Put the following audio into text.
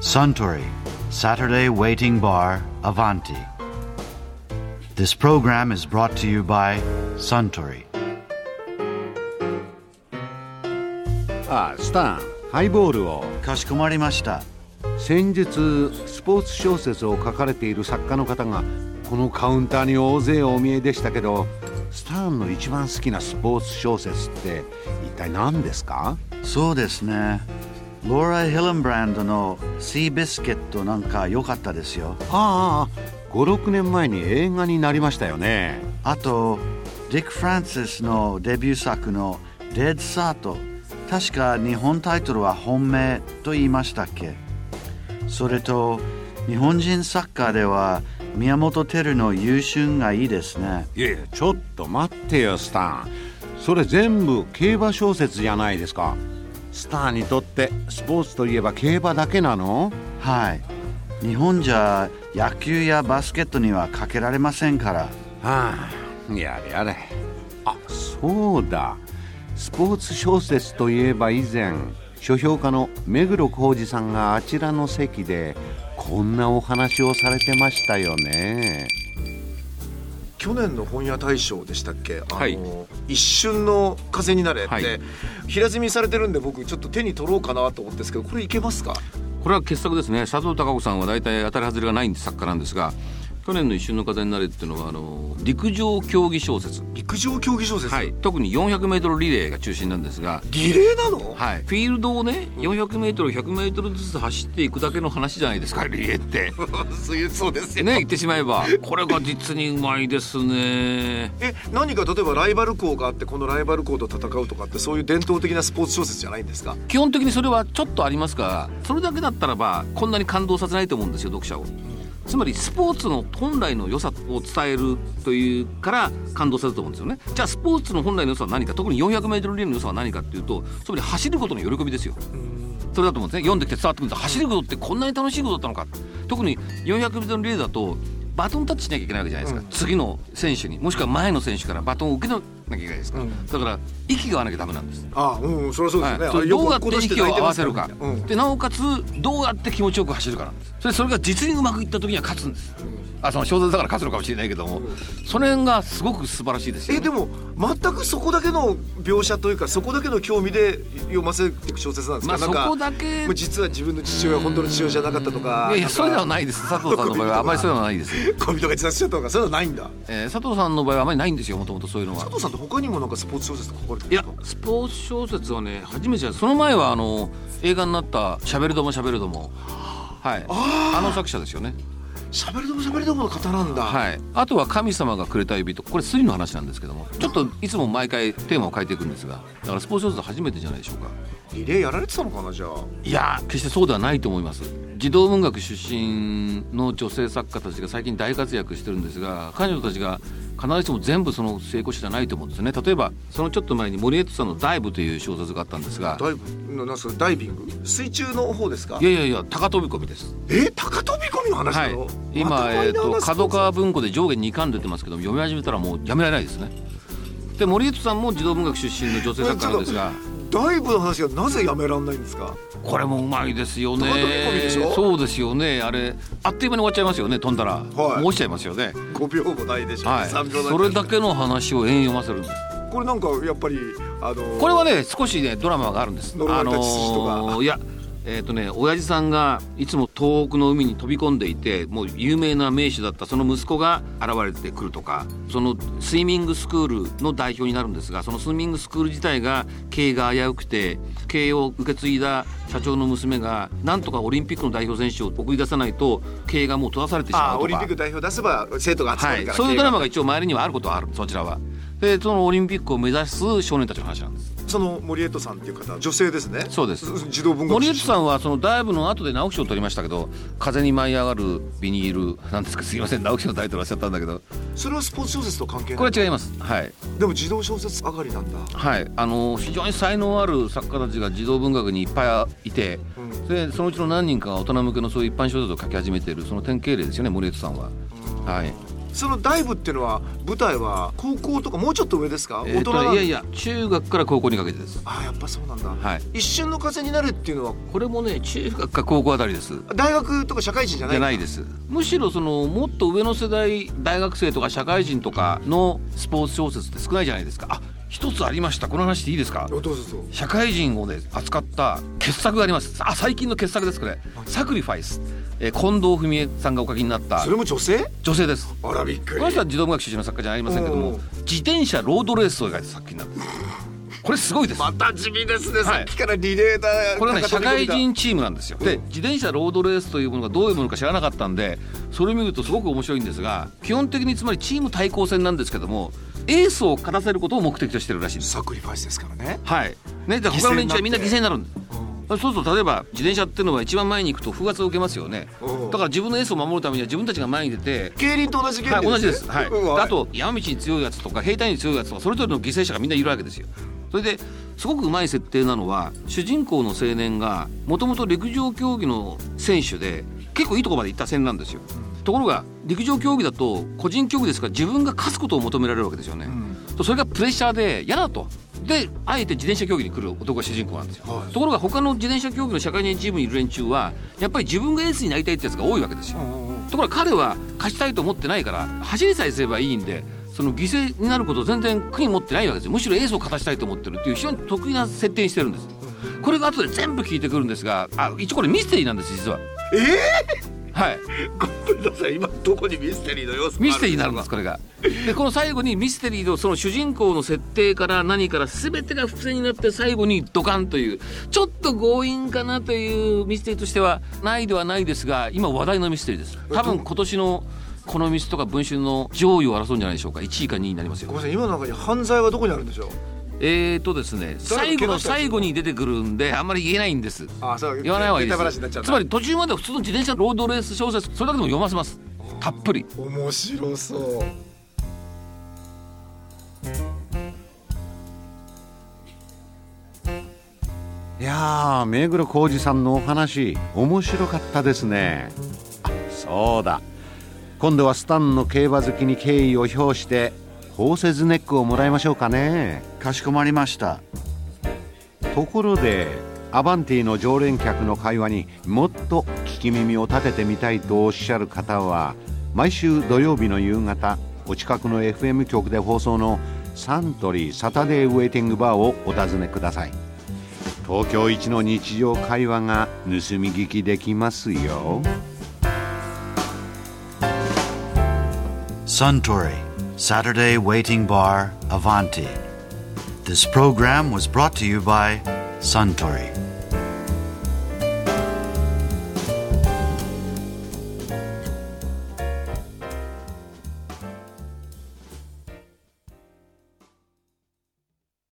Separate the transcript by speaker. Speaker 1: Suntory Saturday Waiting Bar Avanti. This program is brought to you by Suntory.
Speaker 2: ああスタンハイボールを
Speaker 1: かしこまりました。
Speaker 2: 先日スポーツ小説を書かれている作家の方がこのカウンターに大勢お見えでしたけどスタンの一番好きなスポーツ小説って一体何ですか
Speaker 1: そうですね。ローラ・ヒルンブランドの「シービスケット」なんか良かったですよ。
Speaker 2: ああ56年前に映画になりましたよね
Speaker 1: あと、ディック・フランシスのデビュー作の「デッド・サート」。確か日本タイトルは本命と言いましたっけそれと、日本人作家では宮本照の優秀がいいですね。
Speaker 2: いやいやちょっと待ってよスタンそれ全部競馬小説じゃないですかスタンにとってスポーツといえば競馬だけなの
Speaker 1: はい。日本じゃ野球やバスケットにはかけられませんから。
Speaker 2: はあやれやれあそうだスポーツ小説といえば以前書評家の目黒浩二さんがあちらの席でこんなお話をされてましたよね
Speaker 3: 去年の本屋大賞でしたっけ、あの
Speaker 4: はい
Speaker 3: 一瞬の風になれって、
Speaker 4: はい
Speaker 3: 平積みされてるんで僕ちょっと手に取ろうかなと思ってですけどこれいけますか
Speaker 4: これは傑作ですね佐藤孝子さんは大体当たり外れがない作家なんですが去年の「一瞬の風になれ」っていうのはあの陸上競技小説、
Speaker 3: 陸上競技小説、
Speaker 4: はい、特に 400m リレーが中心なんですが、
Speaker 3: リレーなの、
Speaker 4: はい、フィールドをね 400m100m ずつ走っていくだけの話じゃないですかリレーって。
Speaker 3: そういう そうですよ
Speaker 4: ね言ってしまえばこれが実にうまいですね。
Speaker 3: え何か例えばライバル校があってこのライバル校と戦うとかってそういう伝統的なスポーツ小説じゃないんですか
Speaker 4: 基本的にそれはちょっとありますがそれだけだったらばこんなに感動させないと思うんですよ読者を。つまりスポーツの本来の良さを伝えるというから感動させると思うんですよねじゃあスポーツの本来の良さは何か特に 400m リレーの良さは何かっていうとつまり走ることの喜びですよそれだと思うんですね読んできて伝わってくるんです走ることってこんなに楽しいことだったのか特に 400m リレーだとバトンタッチしなきゃいけないわけじゃないですか、次の選手にもしくは前の選手からバトンを受けなきゃいけないですから、だから息が合わなきゃダメなんです
Speaker 3: ああうんそりゃそうですよね、
Speaker 4: はい
Speaker 3: あ
Speaker 4: そ
Speaker 3: れ
Speaker 4: れ
Speaker 3: よ
Speaker 4: ど
Speaker 3: く
Speaker 4: うやっ
Speaker 3: 落ってこち
Speaker 4: 息を合わせる
Speaker 3: 泣い
Speaker 4: か
Speaker 3: てますよみたいなうん
Speaker 4: でなおかつどうやって気持ちよく走るかなんですそれそれが実にうまくいった時には勝つんですあその小説だから勝つのかもしれないけどもその辺がすごく素晴らしいですよ
Speaker 3: えでも全くそこだけの描写というかそこだけの興味で読ませていく小説なんですか,、
Speaker 4: ま
Speaker 3: な
Speaker 4: あ
Speaker 3: んか
Speaker 4: そこだけ
Speaker 3: もう実は自分の父親は本当の父親じゃなかったとか
Speaker 4: いやいや
Speaker 3: んか
Speaker 4: そういうのはないです佐藤さんの場合はあまりそういうのはないですよ、
Speaker 3: 恋人が自殺しちゃったとかそういうのはないんだ
Speaker 4: えー佐藤さんの場合はあまりないんですよもともとそういうのは
Speaker 3: 佐藤さんって他にもなんかスポーツ小説とか書かれて
Speaker 4: い
Speaker 3: る
Speaker 4: や
Speaker 3: んですか
Speaker 4: スポーツ小説はね初めてじゃないその前はあの映画になった「しゃべるどもしゃべるども」はいあの作者ですよね
Speaker 3: 喋りども喋りどもの方なんだ、
Speaker 4: はい、あとは神様がくれた指とこれスリの話なんですけどもちょっといつも毎回テーマを変えていくんですがだからスポーツ小説は初めてじゃないでしょうか
Speaker 3: リレーやられてたのかなじゃあ
Speaker 4: いやー決してそうではないと思います児童文学出身の女性作家たちが最近大活躍してるんですが彼女たちが必ずしも全部その成功者じゃないと思うんですね例えばそのちょっと前に森江戸さんの「ダイブ」という小説があったんですが
Speaker 3: ダイブななんすかダイビング水中の方ですか
Speaker 4: いやいやいや高飛び込みです
Speaker 3: え高飛び込みの話
Speaker 4: は
Speaker 3: ないの、、
Speaker 4: 今、えー、と角
Speaker 3: 角
Speaker 4: 川文庫で上下2巻出てますけども読み始めたらもうやめられないですねで森内さんも児童文学出身の女性作家なんですが
Speaker 3: ダイブの話がなぜやめらんないんですか
Speaker 4: これもうまいです
Speaker 3: 高
Speaker 4: よ
Speaker 3: 飛び込み
Speaker 4: ね
Speaker 3: でしょ
Speaker 4: そうですよねあれあっという間に終わっちゃいますよね飛んだら、もう落ちちゃいますよね
Speaker 3: 5秒もないでしょ、
Speaker 4: はい
Speaker 3: 3秒
Speaker 4: それだけの話を延々読ませるんです
Speaker 3: これなんかやっぱりあの
Speaker 4: これはね少しねドラマがあるんです
Speaker 3: 呪われた血筋とか
Speaker 4: ーいやえっ、とね親父さんがいつも東北の海に飛び込んでいてもう有名な名手だったその息子が現れてくるとかそのスイミングスクールの代表になるんですがそのスイミングスクール自体が経営が危うくて経営を受け継いだ社長の娘がなんとかオリンピックの代表選手を送り出さないと経営がもう閉ざされてしま
Speaker 3: あ
Speaker 4: うとか
Speaker 3: オリンピック代表出せば生徒が集ま
Speaker 4: は
Speaker 3: る
Speaker 4: い
Speaker 3: から、、
Speaker 4: そういうドラマが一応周りにはあることはあるそちらは。でそのオリンピックを目指す少年たちの話なんです。
Speaker 3: その森江戸さんっていう方女性ですね
Speaker 4: そうです
Speaker 3: 児童文学
Speaker 4: 森内さんはそのダイブの後で直木賞を取りましたけど「風に舞い上がるビニール」なんですかすいません直木賞のタイトルおっしゃったんだけど
Speaker 3: それはスポーツ小説と関係ない
Speaker 4: これは違いますはい
Speaker 3: でも児童小説上がりなんだ
Speaker 4: はいあの非常に才能ある作家たちが児童文学にいっぱいいて、でそのうちの何人かが大人向けのそういう一般小説を書き始めているその典型例ですよね森内さんは。はい
Speaker 3: そのダイブっていうのは舞台は高校とかもうちょっと上ですか、
Speaker 4: え
Speaker 3: 大
Speaker 4: ー
Speaker 3: 人
Speaker 4: と
Speaker 3: なん
Speaker 4: いやいや中学から高校にかけてです
Speaker 3: ああやっぱそうなんだ、
Speaker 4: はい
Speaker 3: 一瞬の風になるっていうのは
Speaker 4: これもね中学か高校あたりです
Speaker 3: 大学とか社会人じゃない
Speaker 4: じゃないですむしろそのもっと上の世代大学生とか社会人とかのスポーツ小説って少ないじゃないですかあ一つありましたこの話でいいですか
Speaker 3: おどうぞどうぞ
Speaker 4: 社会人をね扱った傑作がありますあ最近の傑作ですこれ「サクリファイス」えー近藤文枝さんがお書きになった
Speaker 3: それも女性
Speaker 4: 女性です
Speaker 3: あらびっく
Speaker 4: この人は児童文学出身の作家じゃありませんけど
Speaker 3: うん
Speaker 4: も自転車ロードレースを描いた作品なんですこれすごいです
Speaker 3: また地味ですね、
Speaker 4: はい
Speaker 3: さっきからリレーだ
Speaker 4: これはね
Speaker 3: 高
Speaker 4: 社
Speaker 3: 飛び込
Speaker 4: 会
Speaker 3: みだ
Speaker 4: 人チームなんですよ、
Speaker 3: う
Speaker 4: で
Speaker 3: ん
Speaker 4: 自転車ロードレースというものがどういうものか知らなかったんでそれ見るとすごく面白いんですが基本的につまりチーム対抗戦なんですけどもエースを勝たせることを目的としてるらしいんです
Speaker 3: サクリファイスですからね、
Speaker 4: はいねだから他の連中はみんな犠牲になるんですそうすると例えば自転車っていうのは一番前に行くと風圧を受けますよね
Speaker 3: うん
Speaker 4: だから自分のエースを守るためには自分たちが前に出て
Speaker 3: 競輪と同じ原
Speaker 4: はい、
Speaker 3: 理
Speaker 4: 同じ
Speaker 3: ね
Speaker 4: です、はい、
Speaker 3: うん
Speaker 4: あと山道に強いやつとか兵隊に強いやつとかそれぞれの犠牲者がみんないるわけですよそれですごくうまい設定なのは主人公の青年がもともと陸上競技の選手で結構いいとこまで行った線なんですよところが陸上競技だと個人競技ですから自分が勝つことを求められるわけですよね、とそれがプレッシャーで嫌だとであえて自転車競技に来る男が主人公なんですよ、
Speaker 3: はい
Speaker 4: ところが他の自転車競技の社会人チームにいる連中はやっぱり自分がエースになりたいってやつが多いわけですよ、
Speaker 3: うんうん
Speaker 4: ところが彼は勝ちたいと思ってないから走りさえすればいいんでその犠牲になることを全然苦に持ってないわけですよむしろエースを勝たしたいと思ってるっていう非常に得意な設定にしてるんですこれが後で全部聞いてくるんですがあ一応これミステリーなんです実は
Speaker 3: ええ
Speaker 4: はい
Speaker 3: ごめんなさい今どこにミステリーの要素がある
Speaker 4: ミステリーになるんですこれがでこの最後にミステリーのその主人公の設定から何から全てが伏線になって最後にドカンというちょっと強引かなというミステリーとしてはないではないですが今話題のミステリーです多分今年のこのミスとか文春の上位を争うんじゃないでしょうか1位か2位になります
Speaker 3: ご
Speaker 4: よ
Speaker 3: めんなさい今の中に犯罪はどこにあるんでしょう
Speaker 4: えーとですね最後の最後に出てくるんであんまり言えないんです
Speaker 3: あそう
Speaker 4: 言わない方がいい
Speaker 3: ネタ話にな
Speaker 4: で
Speaker 3: っちゃ
Speaker 4: す
Speaker 3: う
Speaker 4: つまり途中までは普通の自転車ロードレース小説それだけでも読ませますたっぷり
Speaker 3: 面白そう
Speaker 2: いやー目黒浩二さんのお話面白かったですねあそうだ今度はスタンの競馬好きに敬意を表してホーセズネックをもらいましょうかね
Speaker 1: かしこまりました
Speaker 2: ところでアバンティの常連客の会話にもっと聞き耳を立ててみたいとおっしゃる方は毎週土曜日の夕方お近くの FM 局で放送のサントリーサタデーウェイティングバーをお尋ねください東京一の日常会話が盗み聞きできますよ
Speaker 1: Suntory, Saturday Waiting Bar, Avanti. This program was brought to you by Suntory.